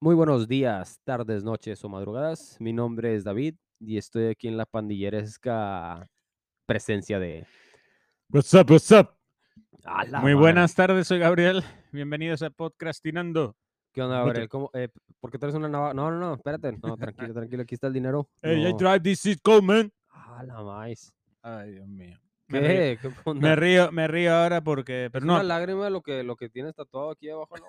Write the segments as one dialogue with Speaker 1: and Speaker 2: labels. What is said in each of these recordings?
Speaker 1: Muy buenos días, tardes, noches o madrugadas. Mi nombre es David y estoy aquí en la pandilleresca presencia de...
Speaker 2: What's up, what's up?
Speaker 1: ¡A la
Speaker 2: Muy
Speaker 1: madre!
Speaker 2: buenas tardes, soy Gabriel. Bienvenidos a Podcastinando.
Speaker 1: ¿Qué onda,
Speaker 2: Mucho.
Speaker 1: Gabriel? ¿Cómo, eh, ¿Por qué traes una navaja? No, no, no, espérate. No, tranquilo, tranquilo. Aquí está el dinero.
Speaker 2: Hey, I
Speaker 1: No.
Speaker 2: drive this shit cold, man.
Speaker 1: ¡A la maíz!
Speaker 2: Ay, Dios mío. Me río,
Speaker 1: ¿Qué? ¿Qué onda?
Speaker 2: me río, me río ahora porque,
Speaker 1: Es
Speaker 2: pero
Speaker 1: una
Speaker 2: no.
Speaker 1: lágrima lo que, lo que tienes tatuado aquí abajo, ¿no?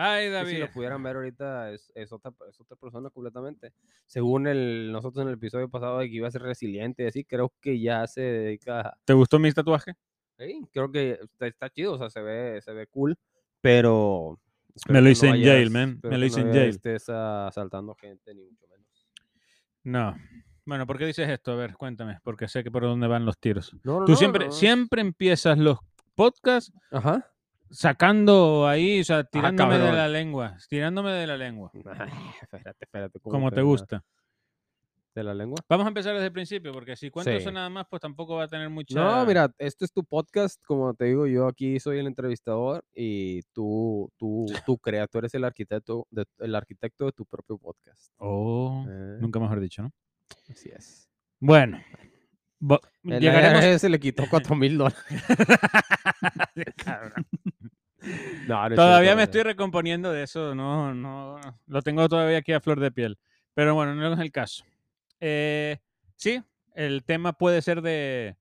Speaker 2: Ay,
Speaker 1: que si
Speaker 2: David.
Speaker 1: lo pudieran ver ahorita es, es otra, es otra persona completamente. Según el, nosotros en el episodio pasado de que iba a ser resiliente y así, creo que ya se dedica a-
Speaker 2: ¿Te gustó mi tatuaje?
Speaker 1: Sí, creo que está, está chido, o sea, se ve, se ve cool, pero... espero
Speaker 2: Me lo
Speaker 1: que
Speaker 2: hice en jail, man,
Speaker 1: espero
Speaker 2: me lo
Speaker 1: que
Speaker 2: hice
Speaker 1: no
Speaker 2: en
Speaker 1: ya
Speaker 2: jail.
Speaker 1: estés ah, asaltando gente, ni mucho menos.
Speaker 2: No. Bueno, ¿por qué dices esto? A ver, cuéntame, porque sé que por dónde van los tiros.
Speaker 1: No, no,
Speaker 2: Tú
Speaker 1: no,
Speaker 2: siempre,
Speaker 1: no.
Speaker 2: siempre empiezas los podcasts
Speaker 1: Ajá.
Speaker 2: sacando ahí, o sea, tirándome de
Speaker 1: cabrón.
Speaker 2: la lengua, tirándome de la lengua,
Speaker 1: Ay, espérate, espérate. ¿cómo
Speaker 2: como te
Speaker 1: la-
Speaker 2: gusta.
Speaker 1: ¿De la lengua?
Speaker 2: Vamos a empezar desde el principio, porque si cuento eso
Speaker 1: Sí.
Speaker 2: nada más, pues tampoco va a tener mucha...
Speaker 1: No, mira, esto es tu podcast, como te digo, yo aquí soy el entrevistador y tú, tú, tú creas, tú eres el arquitecto, de, el arquitecto de tu propio podcast.
Speaker 2: Oh,
Speaker 1: Eh,
Speaker 2: nunca mejor dicho, ¿no?
Speaker 1: Así es.
Speaker 2: Bueno, bo-
Speaker 1: El
Speaker 2: llegaremos.
Speaker 1: IRS se le quitó cuatro mil dólares.
Speaker 2: Cabrón.
Speaker 1: No, no es
Speaker 2: Todavía
Speaker 1: cierto,
Speaker 2: me
Speaker 1: no.
Speaker 2: estoy recomponiendo de eso, no, no, lo tengo todavía aquí a flor de piel. Pero bueno, no es el caso. Eh, sí, el tema puede ser de,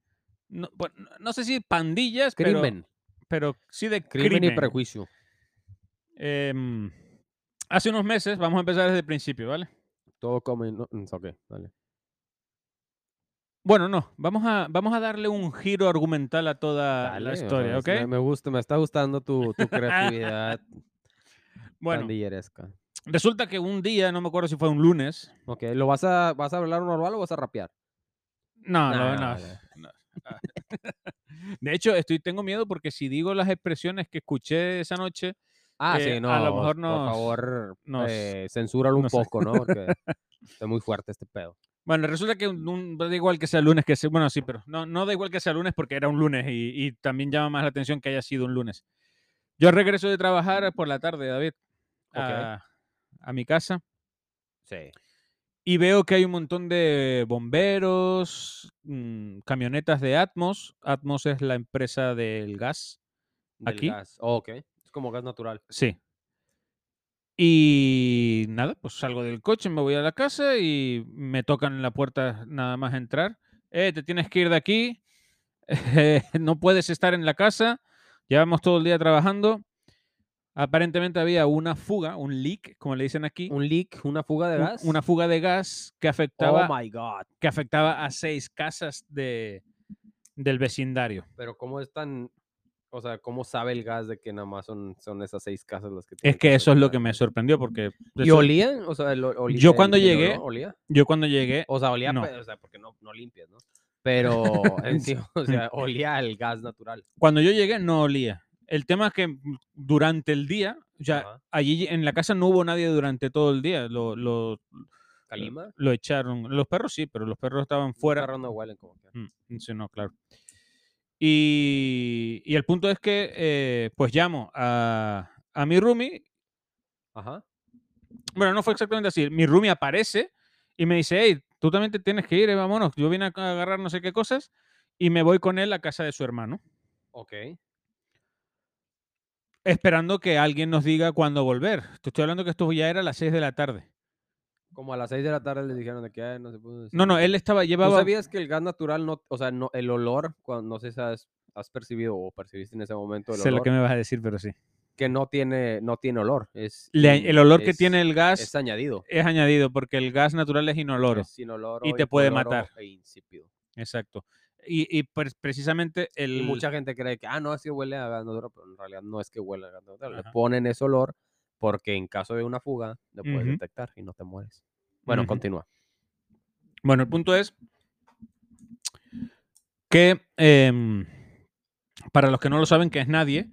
Speaker 2: no, bueno, no sé si pandillas, pero-
Speaker 1: Crimen,
Speaker 2: Pero, sí de
Speaker 1: crimen,
Speaker 2: crimen.
Speaker 1: y prejuicio.
Speaker 2: Em, hace unos meses, vamos a empezar desde el principio, ¿vale?
Speaker 1: Todo come. No, mm, ok, dale.
Speaker 2: Bueno, no, vamos a, vamos a darle un giro argumental a toda
Speaker 1: Dale,
Speaker 2: Ah, la
Speaker 1: o sea,
Speaker 2: historia,
Speaker 1: es-
Speaker 2: ¿ok?
Speaker 1: Me, me gusta, me está gustando tu, tu creatividad
Speaker 2: Bueno,
Speaker 1: pandilleresca.
Speaker 2: Resulta que un día, no me acuerdo si fue un lunes.
Speaker 1: Ok, ¿lo vas a, vas a hablar normal o vas a rapear?
Speaker 2: No,
Speaker 1: No,
Speaker 2: no,
Speaker 1: no,
Speaker 2: no.
Speaker 1: no.
Speaker 2: no, ah. De hecho, estoy, tengo miedo porque si digo las expresiones que escuché esa noche,
Speaker 1: Ah,
Speaker 2: Eh,
Speaker 1: sí, no.
Speaker 2: a lo mejor
Speaker 1: Por
Speaker 2: nos-
Speaker 1: favor,
Speaker 2: nos-
Speaker 1: eh, censúralo un
Speaker 2: nos-
Speaker 1: poco, ¿no? Porque está muy fuerte este pedo.
Speaker 2: bueno, resulta que un- un- da igual que sea lunes, que sea, bueno, sí, pero no, no da igual que sea lunes porque era un lunes y, y también llama más la atención que haya sido un lunes. Yo regreso de trabajar por la tarde, David,
Speaker 1: Ok.
Speaker 2: a, a mi casa
Speaker 1: Sí.
Speaker 2: y veo que hay un montón de bomberos, mm, camionetas de Atmos. Atmos es la empresa del gas. Aquí.
Speaker 1: Gas. Oh, ok. Es como gas natural.
Speaker 2: Sí. Y nada, pues salgo del coche, me voy a la casa y me tocan en la puerta nada más entrar. Eh, te tienes que ir de aquí. eh, no puedes estar en la casa. Llevamos todo el día trabajando. Aparentemente había una fuga, un leak, como le dicen aquí.
Speaker 1: Un leak, una fuga de
Speaker 2: un-
Speaker 1: gas.
Speaker 2: Una fuga de gas que afectaba,
Speaker 1: Oh my God.
Speaker 2: que afectaba a seis casas de, del vecindario.
Speaker 1: Pero, ¿cómo es tan.? O sea, ¿cómo sabe el gas de que nada más son, son esas seis casas las que
Speaker 2: Es
Speaker 1: tienen
Speaker 2: que eso es lo
Speaker 1: afectar?
Speaker 2: que me sorprendió porque
Speaker 1: ¿Y
Speaker 2: eso-
Speaker 1: olían? O sea, el, o- oli-
Speaker 2: Yo
Speaker 1: el-
Speaker 2: cuando
Speaker 1: el
Speaker 2: llegué-
Speaker 1: olor, ¿Olía?
Speaker 2: yo cuando llegué
Speaker 1: O sea, olía,
Speaker 2: no.
Speaker 1: pe- o sea, porque no, no limpias, ¿no? Pero, en sí, o sea, olía al gas natural.
Speaker 2: cuando yo llegué no olía. El tema es que mm, durante el día, ya
Speaker 1: Ajá.
Speaker 2: allí en la casa no hubo nadie durante todo el día. Lo, lo,
Speaker 1: Calima.
Speaker 2: lo echaron. Los perros sí, pero los perros estaban fuera.
Speaker 1: Perros no huelen como que.
Speaker 2: Mm, sí, no, claro. Y, y el punto es que, eh, pues llamo a, a mi roomie.
Speaker 1: Ajá.
Speaker 2: Bueno, no fue exactamente así. Mi roomie aparece y me dice, hey, tú también te tienes que ir, eh, vámonos. Yo vine a agarrar no sé qué cosas y me voy con él a casa de su hermano.
Speaker 1: Ok.
Speaker 2: esperando que alguien nos diga cuándo volver. Te estoy hablando que esto ya era a las 6 de la tarde.
Speaker 1: Como a las 6 de la tarde le dijeron de que "Ay, no se pudo decir
Speaker 2: No, no,
Speaker 1: nada".
Speaker 2: él estaba,
Speaker 1: ¿Tú
Speaker 2: llevaba...
Speaker 1: sabías que el gas natural no, o sea, no, el olor, cuando no sé si has, has percibido o percibiste en ese momento el
Speaker 2: sé lo
Speaker 1: olor,
Speaker 2: que
Speaker 1: que,
Speaker 2: me vas a decir, pero sí.
Speaker 1: no tiene, no tiene olor. Es in-
Speaker 2: Le- el olor que
Speaker 1: es-
Speaker 2: tiene el gas
Speaker 1: es añadido.
Speaker 2: es añadido porque el gas natural es inoloro.
Speaker 1: Es sin olor
Speaker 2: Y te puede matar.
Speaker 1: E insípido.
Speaker 2: Exacto. Y, y pre- precisamente
Speaker 1: Y
Speaker 2: el...
Speaker 1: mucha gente cree que, ah, no, es que huele a gas natural, pero en realidad no es que huele a gas natural. Le
Speaker 2: Ajá.
Speaker 1: ponen ese olor porque en caso de una fuga lo puedes
Speaker 2: Ujú.
Speaker 1: detectar y no te mueres. Bueno,
Speaker 2: Ujú.
Speaker 1: continúa.
Speaker 2: Bueno, el punto es que, em, para los que no lo saben, que es nadie,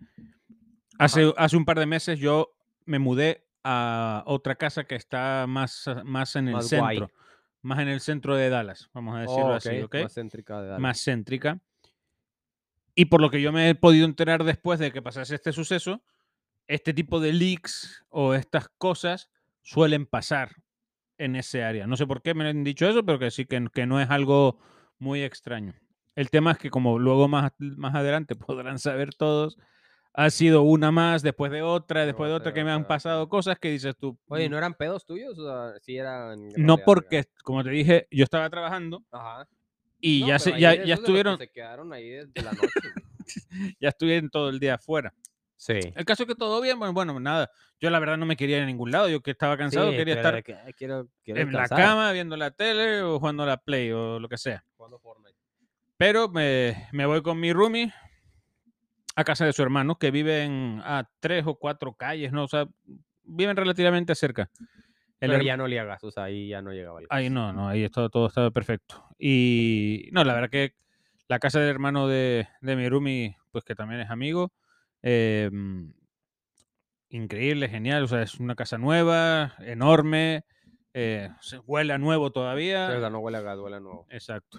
Speaker 2: hace, hace un par de meses yo me mudé a otra casa que está más, a- más en el
Speaker 1: Más guay.
Speaker 2: centro, más en el centro de Dallas, vamos a decirlo
Speaker 1: Oh,
Speaker 2: así,
Speaker 1: ok,
Speaker 2: ¿ok?
Speaker 1: Más céntrica de Dallas.
Speaker 2: Más céntrica. Y por lo que yo me he podido enterar después de que pasase este suceso, este tipo de leaks o estas cosas suelen pasar en ese área. No sé por qué me han dicho eso, pero que sí, que, que no es algo muy extraño. El tema es que como luego más, más adelante podrán saber todos, ha sido una más, después de otra, después de
Speaker 1: otra,
Speaker 2: otra, que me han
Speaker 1: otra,
Speaker 2: pasado cosas que dices tú.
Speaker 1: Oye,
Speaker 2: "Mm".
Speaker 1: ¿no eran pedos tuyos? O sea, sí eran... en
Speaker 2: No
Speaker 1: realidad,
Speaker 2: porque, como te dije, yo estaba trabajando
Speaker 1: Ajá.
Speaker 2: y
Speaker 1: No,
Speaker 2: ya,
Speaker 1: pero
Speaker 2: se,
Speaker 1: ahí
Speaker 2: ya,
Speaker 1: eres
Speaker 2: ya
Speaker 1: de los que
Speaker 2: estuvieron,
Speaker 1: Se quedaron ahí desde la noche. güey.
Speaker 2: ya estuvieron todo el día afuera.
Speaker 1: Sí.
Speaker 2: El caso es que todo bien, bueno, bueno, nada. Yo la verdad no me quería ir a ningún lado. Yo que estaba cansado,
Speaker 1: Sí,
Speaker 2: quería
Speaker 1: que
Speaker 2: estar
Speaker 1: era que, "Ay, quiero, quiero
Speaker 2: en la
Speaker 1: descansar".
Speaker 2: cama, viendo la tele o jugando a la Play o lo que sea.
Speaker 1: Jugando Fortnite.
Speaker 2: Pero me, me voy con mi roomie a casa de su hermano, que viven a tres o cuatro calles, ¿no? O sea, viven relativamente cerca. El
Speaker 1: Pero
Speaker 2: er Ah, herma-
Speaker 1: ya no le hagas, o sea, ahí ya no llegaba. el-
Speaker 2: Ahí no, no, ahí estaba, todo estaba perfecto. Y no, la verdad que la casa del hermano de, de mi roomie, pues que también es amigo, eh, mm, increíble, genial, o sea, es una casa nueva, enorme, eh, se huele a nuevo todavía.
Speaker 1: Pero no huele a gas, huele a nuevo.
Speaker 2: Exacto.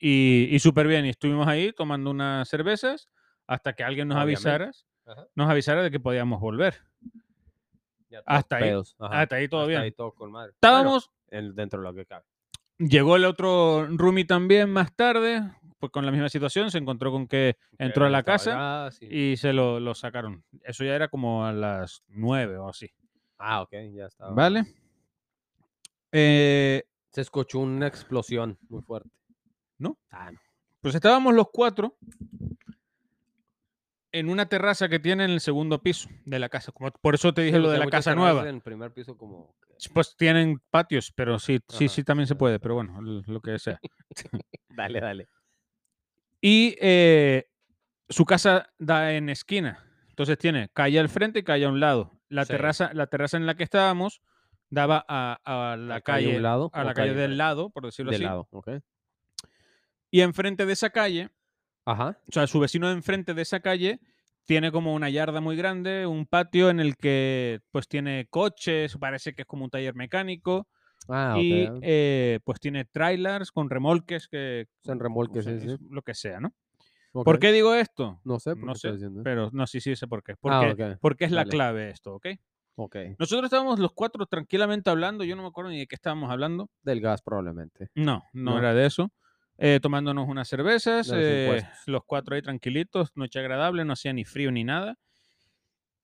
Speaker 2: Y, y súper bien. Y estuvimos ahí tomando unas cervezas hasta que alguien nos
Speaker 1: Obviamente.
Speaker 2: avisara,
Speaker 1: Ajá.
Speaker 2: nos avisara de que podíamos volver.
Speaker 1: Ya todos
Speaker 2: ah, Hasta ahí,
Speaker 1: pedos, ajá,
Speaker 2: hasta ahí todo
Speaker 1: hasta
Speaker 2: bien.
Speaker 1: ahí todo con madre. Bueno,
Speaker 2: Estábamos,
Speaker 1: en- dentro de lo que cabe.
Speaker 2: llegó el otro roomie también más tarde, pues con la misma situación, se encontró con que entró
Speaker 1: Pero
Speaker 2: a la
Speaker 1: estaba el
Speaker 2: casa
Speaker 1: gas y-
Speaker 2: y se lo, lo sacaron. Eso ya era como a las nueve o así.
Speaker 1: Ah, ok, ya estaba.
Speaker 2: ¿Vale? Eh,
Speaker 1: Se escuchó una explosión muy fuerte.
Speaker 2: ¿No?
Speaker 1: Ah, no.
Speaker 2: Pues estábamos los cuatro en una terraza que tiene en el segundo piso de la casa. Como, por eso te dije
Speaker 1: Sí,
Speaker 2: lo
Speaker 1: porque
Speaker 2: de la
Speaker 1: muchas
Speaker 2: casa
Speaker 1: terrazas
Speaker 2: nueva.
Speaker 1: En primer piso como... que-
Speaker 2: Pues tienen patios, pero sí, sí,
Speaker 1: Ajá,
Speaker 2: sí, también se
Speaker 1: ya
Speaker 2: puede,
Speaker 1: está.
Speaker 2: pero bueno, l- lo que sea.
Speaker 1: Dale, dale.
Speaker 2: Y eh, su casa da en esquina. Entonces tiene calle al frente y calle a un lado. La,
Speaker 1: Sí.
Speaker 2: terraza, la terraza en la que estábamos daba a, a la
Speaker 1: Al
Speaker 2: calle,
Speaker 1: un lado,
Speaker 2: a
Speaker 1: o
Speaker 2: la calle del
Speaker 1: enfrente.
Speaker 2: lado, por decirlo
Speaker 1: Del
Speaker 2: así.
Speaker 1: lado, ok.
Speaker 2: Y enfrente de esa calle
Speaker 1: Ajá.
Speaker 2: o sea, su vecino de enfrente de esa calle tiene como una yarda muy grande, un patio en el que pues tiene coches, parece que es como un taller mecánico
Speaker 1: Ah,
Speaker 2: y
Speaker 1: ok.
Speaker 2: eh, pues tiene trailers con remolques que
Speaker 1: Son
Speaker 2: o
Speaker 1: remolques,
Speaker 2: sea,
Speaker 1: sí, sí.
Speaker 2: es lo que sea, ¿no?
Speaker 1: ok.
Speaker 2: pues, ¿Por qué digo esto?
Speaker 1: No sé, por
Speaker 2: No
Speaker 1: qué estás
Speaker 2: sé,
Speaker 1: diciendo eso.
Speaker 2: Pero no sí sí sé por qué.
Speaker 1: Ah,
Speaker 2: Porque,
Speaker 1: ok,
Speaker 2: porque es la
Speaker 1: vale.
Speaker 2: clave esto, ¿ok?
Speaker 1: Ok.
Speaker 2: Nosotros estábamos los cuatro tranquilamente hablando, yo no me acuerdo ni de qué estábamos hablando.
Speaker 1: Del gas probablemente.
Speaker 2: No, no,
Speaker 1: No.
Speaker 2: era de eso. Eh, tomándonos unas cervezas,
Speaker 1: De los
Speaker 2: eh,
Speaker 1: impuestos.
Speaker 2: los cuatro ahí tranquilitos, noche agradable, no hacía ni frío ni nada.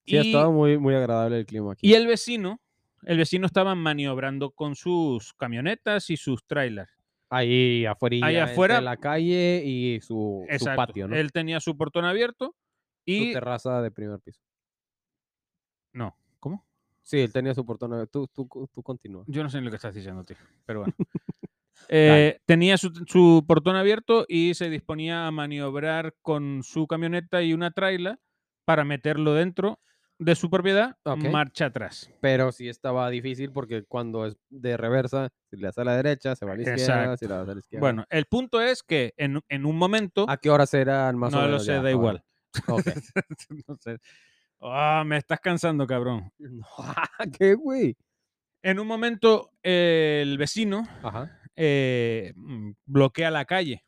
Speaker 1: Sí, ha
Speaker 2: y,
Speaker 1: estado muy, muy agradable el clima aquí.
Speaker 2: y el vecino, el vecino estaba maniobrando con sus camionetas y sus trailers.
Speaker 1: Ahí afuera.
Speaker 2: Ahí afuera-
Speaker 1: Entre la calle y su, su
Speaker 2: Exacto.
Speaker 1: patio, ¿no?
Speaker 2: Él tenía su portón abierto
Speaker 1: Su
Speaker 2: y...
Speaker 1: terraza de primer piso.
Speaker 2: No, ¿cómo?
Speaker 1: Sí, él tenía su portón. abierto. Tú, tú, co- tú continúa.
Speaker 2: Yo no sé ni lo que estás diciendo, tío, pero bueno. Eh, tenía su, su portón abierto y se disponía a maniobrar con su camioneta y una traila para meterlo dentro de su propiedad,
Speaker 1: Ok.
Speaker 2: marcha atrás.
Speaker 1: Pero sí estaba difícil porque cuando es de reversa, si le hace a la derecha, se va a la izquierda, si le hace a la izquierda.
Speaker 2: Bueno, el punto es que en, en un momento,
Speaker 1: ¿A qué horas eran Ah, más o
Speaker 2: no
Speaker 1: menos?
Speaker 2: lo sé,
Speaker 1: ya?
Speaker 2: da
Speaker 1: Ah,
Speaker 2: igual.
Speaker 1: ok.
Speaker 2: No sé. Ah, me estás cansando, cabrón.
Speaker 1: No, ¿Qué, güey?
Speaker 2: En un momento, eh, el vecino
Speaker 1: Ajá.
Speaker 2: eh, mm, bloquea la calle.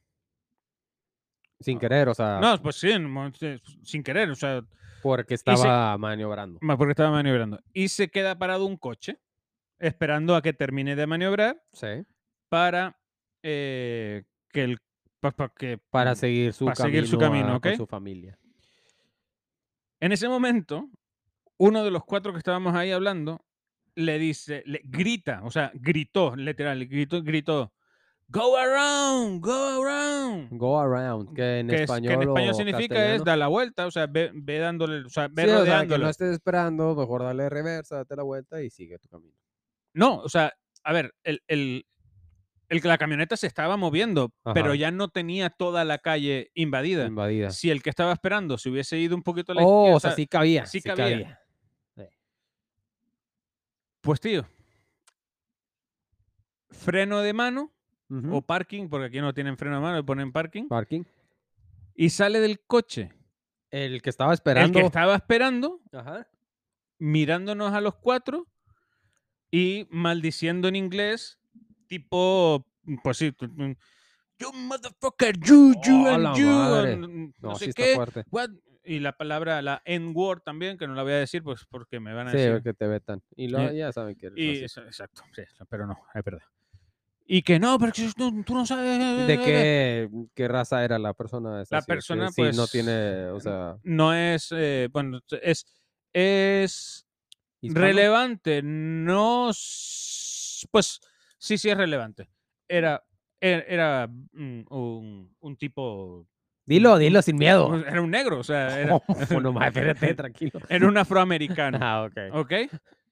Speaker 1: Sin querer, o sea,
Speaker 2: Ah. No, pues sí, en un momento, eh, sin querer, o sea,
Speaker 1: porque estaba maniobrando.
Speaker 2: Ma- Porque estaba maniobrando. Y se queda parado un coche, esperando a que termine de maniobrar
Speaker 1: Sí.
Speaker 2: para eh, que el. pa- pa- que,
Speaker 1: Para
Speaker 2: mm,
Speaker 1: seguir su
Speaker 2: Para
Speaker 1: camino.
Speaker 2: seguir su camino,
Speaker 1: a- con
Speaker 2: ¿ok?
Speaker 1: su familia.
Speaker 2: En ese momento, uno de los cuatro que estábamos ahí hablando le dice, le grita, o sea, gritó, literal, gritó, gritó: Go around, go around.
Speaker 1: Go around, que en
Speaker 2: que, es- que
Speaker 1: español.
Speaker 2: en español
Speaker 1: o
Speaker 2: significa es
Speaker 1: castellano-
Speaker 2: da la vuelta, o sea, ve, ve dándole, o sea, ve
Speaker 1: Sí, o sea, que
Speaker 2: rodeándolo.
Speaker 1: no estés esperando, mejor dale reversa, date la vuelta y sigue tu camino.
Speaker 2: No, o sea, a ver, el, el- el que la camioneta se estaba moviendo, pero
Speaker 1: Ajá.
Speaker 2: ya no tenía toda la calle invadida.
Speaker 1: Invadida.
Speaker 2: Si el que estaba esperando se hubiese ido un poquito a la
Speaker 1: Oh,
Speaker 2: izquierda,
Speaker 1: o sea, sí cabía.
Speaker 2: sí
Speaker 1: Sí,
Speaker 2: cabía.
Speaker 1: cabía.
Speaker 2: pues tío, freno de mano
Speaker 1: Ujú.
Speaker 2: o parking, porque aquí no tienen freno de mano, le ponen parking,
Speaker 1: Parking.
Speaker 2: y sale del coche.
Speaker 1: El que estaba
Speaker 2: El
Speaker 1: esperando.
Speaker 2: que estaba esperando,
Speaker 1: Ajá.
Speaker 2: mirándonos a los cuatro y maldiciendo en inglés, tipo, pues sí, tu- tu- you motherfucker, you, you
Speaker 1: Oh,
Speaker 2: and
Speaker 1: la
Speaker 2: you,
Speaker 1: madre.
Speaker 2: and, mm, no,
Speaker 1: No,
Speaker 2: sé
Speaker 1: sí está
Speaker 2: qué,
Speaker 1: fuerte.
Speaker 2: what, Y la palabra, la N-word también, que no la voy a decir, pues porque me van a
Speaker 1: Sí,
Speaker 2: decir.
Speaker 1: que te vetan. Y luego
Speaker 2: Eh,
Speaker 1: ya saben que eres
Speaker 2: Y,
Speaker 1: racista.
Speaker 2: eso- exacto, sí, pero no, es verdad. Y que no, pero que tú- tú no sabes.
Speaker 1: ¿De qué, qué raza era la persona? esa?
Speaker 2: La
Speaker 1: Si- si-
Speaker 2: persona,
Speaker 1: si no
Speaker 2: pues,
Speaker 1: tiene, o sea,
Speaker 2: No es, eh, bueno, es, es
Speaker 1: hispano.
Speaker 2: relevante, no, s- pues sí, sí es relevante. Era, er- era, mm, un, un tipo,
Speaker 1: Dilo, dilo sin miedo.
Speaker 2: era un negro, o sea, era,
Speaker 1: Oh, no más, espérate, tranquilo.
Speaker 2: era un afroamericano,
Speaker 1: Ah, ok.
Speaker 2: ¿ok?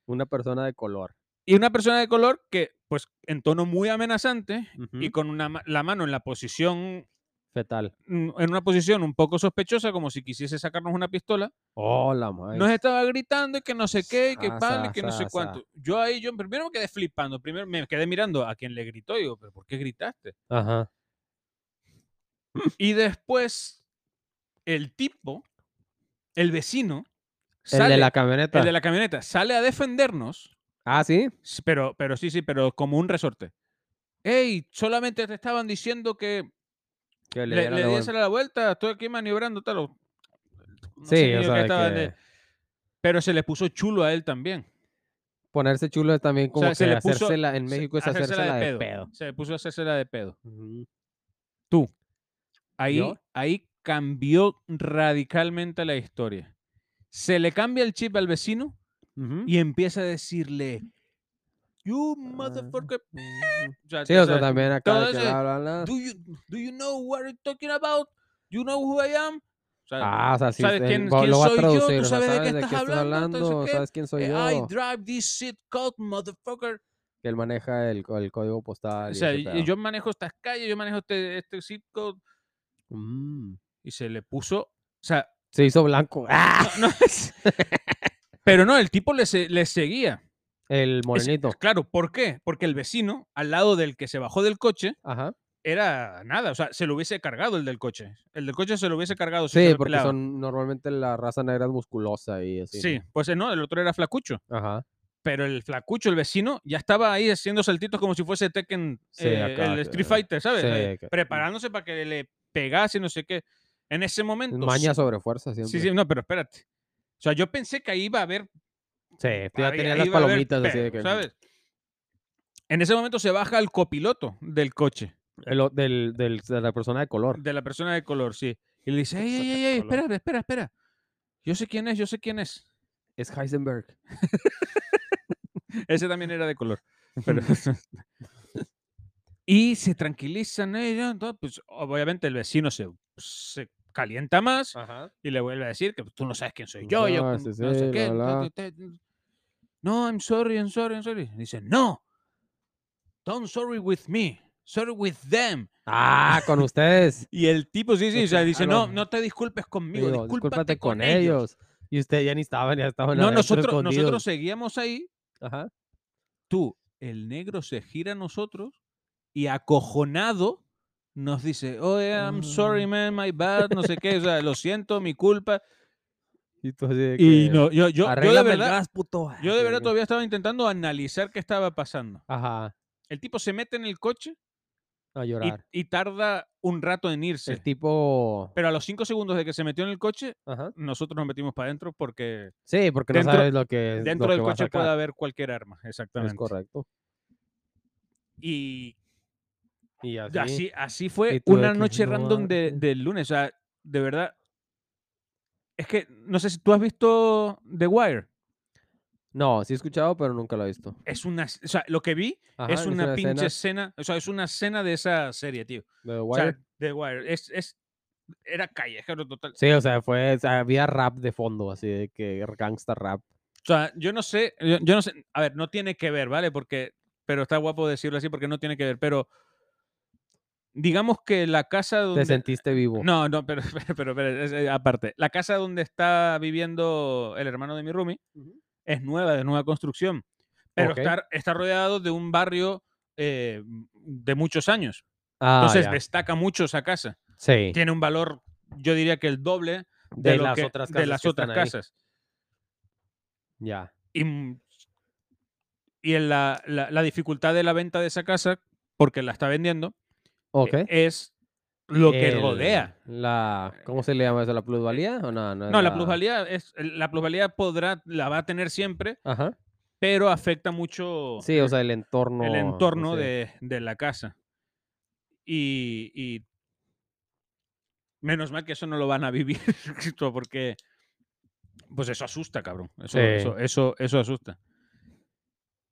Speaker 1: Una persona de color.
Speaker 2: Y una persona de color que, pues, en tono muy amenazante y
Speaker 1: Ujú.
Speaker 2: con una, ma- la mano en la posición,
Speaker 1: Fetal.
Speaker 2: mm, en una posición un poco sospechosa, como si quisiese sacarnos una pistola,
Speaker 1: Hola, Oh, madre.
Speaker 2: Nos estaba gritando y que no sé qué, y que
Speaker 1: Sa,
Speaker 2: pan, y
Speaker 1: sa,
Speaker 2: que no sé
Speaker 1: sa, sa.
Speaker 2: cuánto. Yo ahí, yo primero me quedé flipando, primero me quedé mirando a quien le gritó, y digo, pero ¿por qué gritaste?
Speaker 1: Ajá.
Speaker 2: Y después, el tipo, el vecino,
Speaker 1: El
Speaker 2: sale,
Speaker 1: de la camioneta.
Speaker 2: el de la camioneta, sale a defendernos,
Speaker 1: Ah, sí.
Speaker 2: s- pero, pero sí, sí, pero como un resorte. Ey, solamente te estaban diciendo que
Speaker 1: Que le
Speaker 2: le,
Speaker 1: dieron
Speaker 2: le
Speaker 1: la
Speaker 2: di
Speaker 1: vuelta.
Speaker 2: esa la vuelta, estoy aquí maniobrando, tal. o- no sé
Speaker 1: sí,
Speaker 2: ni
Speaker 1: o
Speaker 2: lo que
Speaker 1: sea, de
Speaker 2: estaban de-
Speaker 1: que
Speaker 2: Pero se le puso chulo a él también.
Speaker 1: ponerse chulo es también como
Speaker 2: sea, se
Speaker 1: que
Speaker 2: le puso-
Speaker 1: hacérsela, en
Speaker 2: se-
Speaker 1: México es
Speaker 2: hacérsela
Speaker 1: hacérsela de pedo.
Speaker 2: Se puso a hacérsela de pedo.
Speaker 1: Ujú.
Speaker 2: Tú. Ahí,
Speaker 1: ¿Yo?
Speaker 2: ahí cambió radicalmente la historia. Se le cambia el chip al vecino
Speaker 1: Ujú.
Speaker 2: y empieza a decirle, You motherfucker.
Speaker 1: Ujú.
Speaker 2: O sea,
Speaker 1: Ah. Sí,
Speaker 2: o
Speaker 1: o sea,
Speaker 2: sea,
Speaker 1: también acá
Speaker 2: todo
Speaker 1: de que
Speaker 2: ese-
Speaker 1: bla, bla, bla.
Speaker 2: do, you, do you know what you're talking about? You know who I am? O sea,
Speaker 1: Ah, o sea, sí,
Speaker 2: ¿sabes
Speaker 1: él
Speaker 2: quién-
Speaker 1: va-
Speaker 2: quién
Speaker 1: lo va a
Speaker 2: soy yo? ¿Tú
Speaker 1: traducir, o sea,
Speaker 2: sabes de qué
Speaker 1: sabes de
Speaker 2: estás
Speaker 1: qué estás
Speaker 2: hablando? Entonces,
Speaker 1: hablando,
Speaker 2: ¿qué?
Speaker 1: sabes quién soy
Speaker 2: "Eh, I
Speaker 1: yo,
Speaker 2: drive this shit called motherfucker.
Speaker 1: que él maneja el, co- el código postal.
Speaker 2: O
Speaker 1: y
Speaker 2: sea,
Speaker 1: ese
Speaker 2: y-
Speaker 1: pedo.
Speaker 2: y yo manejo estas calles, yo manejo este, este zip code.
Speaker 1: Mm.
Speaker 2: Y se le puso, o sea,
Speaker 1: Se hizo blanco. ¡Ah!
Speaker 2: No, es- Pero no, el tipo le, se- le seguía.
Speaker 1: El
Speaker 2: Es-
Speaker 1: morenito.
Speaker 2: claro, ¿por qué? Porque el vecino, al lado del que se bajó del coche,
Speaker 1: Ajá.
Speaker 2: era nada. O sea, se lo hubiese cargado el del coche. El del coche se lo hubiese cargado. si se
Speaker 1: Mm. Sí,
Speaker 2: lo
Speaker 1: porque
Speaker 2: pelaba.
Speaker 1: son normalmente la raza negra es musculosa y así.
Speaker 2: Sí,
Speaker 1: ¿no?
Speaker 2: pues eh, no, el otro era flacucho.
Speaker 1: Ajá.
Speaker 2: Pero el flacucho, el vecino, ya estaba ahí haciendo saltitos como si fuese Tekken,
Speaker 1: Sí,
Speaker 2: eh,
Speaker 1: acá,
Speaker 2: el
Speaker 1: que-
Speaker 2: Street Fighter, ¿sabes?
Speaker 1: sí,
Speaker 2: Eh,
Speaker 1: que- mm.
Speaker 2: Preparándose para que le pegase, no sé qué. En ese momento.
Speaker 1: Maña sobre fuerza
Speaker 2: sí,
Speaker 1: siempre.
Speaker 2: sí, no, pero espérate. O sea, yo pensé que ahí iba a haber
Speaker 1: Sí, ya
Speaker 2: Ahí-
Speaker 1: tenía
Speaker 2: ahí
Speaker 1: las
Speaker 2: va a haber
Speaker 1: palomitas así de
Speaker 2: pedo,
Speaker 1: que.
Speaker 2: ¿sabes? En ese momento se baja el copiloto del coche,
Speaker 1: el o- del, del- de la persona de color.
Speaker 2: de la persona de color, sí. Y le dice, ey,
Speaker 1: Persona
Speaker 2: ey,
Speaker 1: de
Speaker 2: ey, ey,
Speaker 1: color.
Speaker 2: espera, espera, espera. Yo sé quién es, yo sé quién es.
Speaker 1: Es Heisenberg.
Speaker 2: Ese también era de color. pero- y se tranquilizan, "Ey, no, no", pues obviamente el vecino se, se calienta más
Speaker 1: Ajá.
Speaker 2: y le vuelve a decir que pues, tú no sabes quién soy yo, yo
Speaker 1: Ah,
Speaker 2: con-
Speaker 1: sí,
Speaker 2: no sé
Speaker 1: sí,
Speaker 2: qué.
Speaker 1: la,
Speaker 2: no,
Speaker 1: la".
Speaker 2: te- te- No, I'm sorry, I'm sorry, I'm sorry. Dice, no. Don't sorry with me. Sorry with them.
Speaker 1: Ah, con ustedes.
Speaker 2: Y el tipo, sí, sí, o sea,
Speaker 1: Ah,
Speaker 2: dice,
Speaker 1: no.
Speaker 2: no, no te disculpes conmigo,
Speaker 1: Digo,
Speaker 2: discúlpate,
Speaker 1: discúlpate
Speaker 2: con, ellos.
Speaker 1: Y ustedes ya ni estaban, ya estaban.
Speaker 2: No,
Speaker 1: adentro
Speaker 2: nosotros, nosotros
Speaker 1: escondidos.
Speaker 2: seguíamos ahí,
Speaker 1: Ajá.
Speaker 2: tú, el negro se gira a nosotros y acojonado nos dice, oh, I'm sorry,
Speaker 1: Ah.
Speaker 2: man, my bad, no sé qué, o sea, lo siento, mi culpa.
Speaker 1: Y tú así de
Speaker 2: Y
Speaker 1: que,
Speaker 2: no, yo, yo, yo de
Speaker 1: "Arréglame el
Speaker 2: verdad,
Speaker 1: gas, puto".
Speaker 2: yo de
Speaker 1: Sí,
Speaker 2: verdad
Speaker 1: que-
Speaker 2: todavía estaba intentando analizar qué estaba pasando.
Speaker 1: Ajá.
Speaker 2: El tipo se mete en el coche
Speaker 1: A
Speaker 2: y-
Speaker 1: llorar.
Speaker 2: y, tarda un rato en irse.
Speaker 1: El tipo.
Speaker 2: Pero a los cinco segundos de que se metió en el coche,
Speaker 1: Ajá.
Speaker 2: nosotros nos metimos para adentro porque
Speaker 1: Sí, porque no
Speaker 2: Dentro-
Speaker 1: sabes lo que es-
Speaker 2: Dentro
Speaker 1: lo
Speaker 2: del
Speaker 1: que va a
Speaker 2: coche
Speaker 1: sacar.
Speaker 2: puede haber cualquier arma, exactamente.
Speaker 1: Es correcto.
Speaker 2: Y
Speaker 1: Y así.
Speaker 2: así, así fue
Speaker 1: tú de
Speaker 2: una
Speaker 1: que
Speaker 2: noche
Speaker 1: no
Speaker 2: random de-
Speaker 1: mames.
Speaker 2: del lunes. O sea, de verdad. Es que no sé si tú has visto The Wire.
Speaker 1: No, sí he escuchado, pero nunca lo he visto.
Speaker 2: Es una, s- o sea, lo que vi
Speaker 1: Ajá,
Speaker 2: es una pinche
Speaker 1: escena
Speaker 2: escena. O sea, es una escena de esa serie, tío.
Speaker 1: de The
Speaker 2: O sea,
Speaker 1: Wire.
Speaker 2: The Wire. Es, es, era callejero total.
Speaker 1: Sí, o sea, fue, o sea, había rap de fondo, así de que gangsta rap.
Speaker 2: O sea, yo no sé, yo, yo no sé, a ver, no tiene que ver, ¿vale? Porque, pero está guapo decirlo así porque no tiene que ver, pero digamos que la casa
Speaker 1: Te
Speaker 2: donde...
Speaker 1: sentiste vivo.
Speaker 2: No, no, pero, pero, pero, pero, es, eh, aparte, la casa donde está viviendo el hermano de mi roomie
Speaker 1: Ujú.
Speaker 2: es nueva, de nueva construcción, pero
Speaker 1: Ok.
Speaker 2: está, está rodeado de un barrio eh, de muchos años.
Speaker 1: Ah,
Speaker 2: Entonces
Speaker 1: ya.
Speaker 2: destaca mucho esa casa.
Speaker 1: sí.
Speaker 2: Tiene un valor, yo diría que el doble de,
Speaker 1: de,
Speaker 2: lo
Speaker 1: las
Speaker 2: que-
Speaker 1: otras casas.
Speaker 2: de las
Speaker 1: que
Speaker 2: otras
Speaker 1: están ahí.
Speaker 2: casas. Eh,
Speaker 1: Ya.
Speaker 2: y, m- y en la, la- la dificultad de la venta de esa casa, porque la está vendiendo, e-
Speaker 1: Ok.
Speaker 2: es lo que
Speaker 1: el-
Speaker 2: rodea.
Speaker 1: La, ¿Cómo se le llama eso? ¿La plusvalía o no? No, es
Speaker 2: No, la plusvalía es la plusvalía podrá la va a tener siempre,
Speaker 1: Ajá.
Speaker 2: pero afecta mucho
Speaker 1: Sí, o sea, el entorno.
Speaker 2: el entorno
Speaker 1: sí.
Speaker 2: de, de la casa. Y, y menos mal que eso no lo van a vivir, porque pues eso asusta, cabrón. Eso,
Speaker 1: Sí.
Speaker 2: eso, eso, eso asusta.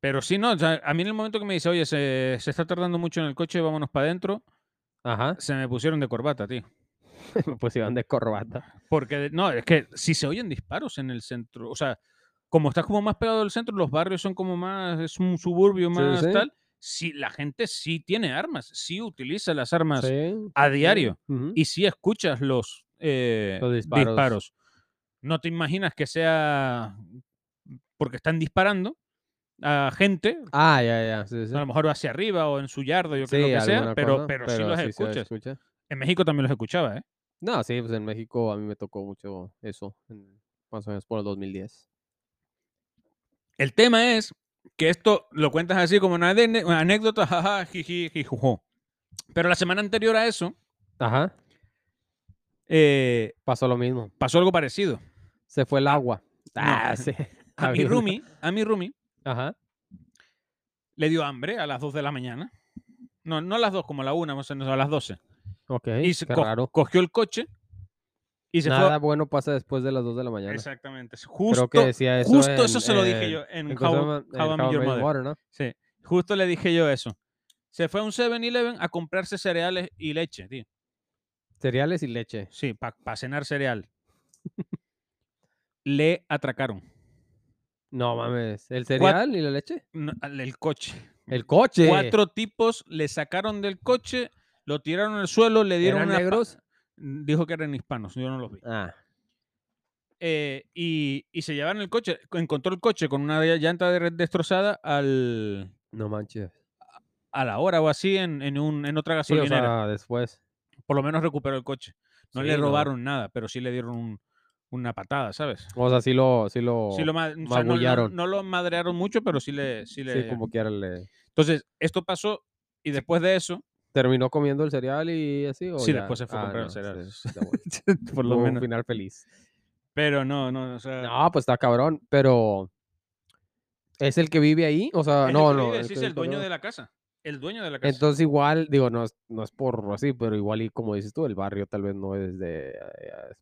Speaker 2: Pero sí, no, o sea, a mí en el momento que me dice, oye, se, se está tardando mucho en el coche, vámonos para adentro,
Speaker 1: Ajá.
Speaker 2: se me pusieron de corbata, tío.
Speaker 1: Pues iban de corbata.
Speaker 2: Porque, no, es que si se oyen disparos en el centro, o sea, como estás como más pegado del centro, los barrios son como más, es un suburbio
Speaker 1: Sí,
Speaker 2: más
Speaker 1: sí.
Speaker 2: tal, si la gente sí tiene armas, sí utiliza las armas
Speaker 1: Sí.
Speaker 2: a diario
Speaker 1: ujú.
Speaker 2: y sí escuchas los, eh,
Speaker 1: Los
Speaker 2: disparos.
Speaker 1: disparos.
Speaker 2: No te imaginas que sea porque están disparando a gente,
Speaker 1: Ah, ya, ya. Sí, sí.
Speaker 2: a lo mejor hacia arriba o en su yarda, yo
Speaker 1: Sí,
Speaker 2: creo que sea,
Speaker 1: alguna
Speaker 2: pero,
Speaker 1: cosa,
Speaker 2: pero, sí los
Speaker 1: se
Speaker 2: escuchas.
Speaker 1: escucha.
Speaker 2: En México también los escuchaba, ¿eh?
Speaker 1: No, sí, pues en México a mí me tocó mucho eso, en- más o menos por el 2010.
Speaker 2: El tema es que esto lo cuentas así como una ane- una anécdota, jaja, jiji, jijujo. Pero la semana anterior a eso
Speaker 1: Ajá,
Speaker 2: eh,
Speaker 1: pasó lo mismo.
Speaker 2: pasó algo parecido.
Speaker 1: Se fue el agua.
Speaker 2: no.
Speaker 1: Ah, sí.
Speaker 2: A mi
Speaker 1: había una-
Speaker 2: roomie, a mi roomie
Speaker 1: Ajá.
Speaker 2: le dio hambre a las 2 de la mañana. No, no a las 2, como a la 1, más o menos a las 12.
Speaker 1: Ok,
Speaker 2: Y se
Speaker 1: qué
Speaker 2: co-
Speaker 1: raro.
Speaker 2: cogió el coche y se
Speaker 1: Nada bueno pasa después de las 2 de la
Speaker 2: fue.
Speaker 1: mañana.
Speaker 2: Exactamente. es
Speaker 1: Creo
Speaker 2: Justo,
Speaker 1: que decía eso
Speaker 2: justo
Speaker 1: en-
Speaker 2: eso se lo dije
Speaker 1: en-
Speaker 2: yo en
Speaker 1: en
Speaker 2: How,
Speaker 1: cómo se llama, en
Speaker 2: How I Met
Speaker 1: How I
Speaker 2: Your
Speaker 1: Met
Speaker 2: Mother.
Speaker 1: Water, ¿no?
Speaker 2: Sí, justo le dije yo eso. Se fue a un 7-Eleven a comprarse cereales y leche, tío.
Speaker 1: Cereales y leche.
Speaker 2: Sí, para cenar cereal. Le atracaron.
Speaker 1: No mames, ¿el cereal y la leche?
Speaker 2: No, al- el coche.
Speaker 1: El coche.
Speaker 2: Cuatro tipos le sacaron del coche, lo tiraron al suelo, le dieron
Speaker 1: ¿Eran
Speaker 2: una pa-
Speaker 1: negros?
Speaker 2: Dijo que eran hispanos, yo no los vi.
Speaker 1: Ah,
Speaker 2: Eh, y, y se llevaron el coche, co- encontró el coche con una llanta de- destrozada al,
Speaker 1: no manches.
Speaker 2: a la hora o así en, en un, en otra
Speaker 1: Sí, o
Speaker 2: gasolinera.
Speaker 1: sea, después.
Speaker 2: Por lo menos recuperó el coche. No
Speaker 1: Sí,
Speaker 2: le robaron nada, pero sí le dieron un- una patada, ¿sabes?
Speaker 1: O sea, sí lo, sí lo,
Speaker 2: Sí lo ma- o sea, no- no,
Speaker 1: magullaron.
Speaker 2: no lo madrearon mucho, pero sí le... Sí le
Speaker 1: sí, como quiera le...
Speaker 2: Entonces, esto pasó y después de eso,
Speaker 1: ¿Terminó comiendo el cereal y así? O
Speaker 2: Sí,
Speaker 1: ya? Ah,
Speaker 2: después se fue a comprar el cereal.
Speaker 1: sí, de vuelta.
Speaker 2: por lo
Speaker 1: Tuvo
Speaker 2: menos.
Speaker 1: Un final feliz.
Speaker 2: Pero no, no, o sea.
Speaker 1: No, pues está cabrón, pero... ¿Es el que vive ahí? O sea,
Speaker 2: es el
Speaker 1: no,
Speaker 2: que
Speaker 1: no.
Speaker 2: vive, sí, es
Speaker 1: que
Speaker 2: el dueño
Speaker 1: vive-
Speaker 2: de la casa. El dueño de la casa.
Speaker 1: Entonces igual, digo, no es, no es por así, pero igual y como dices tú, el barrio tal vez no es de... eh,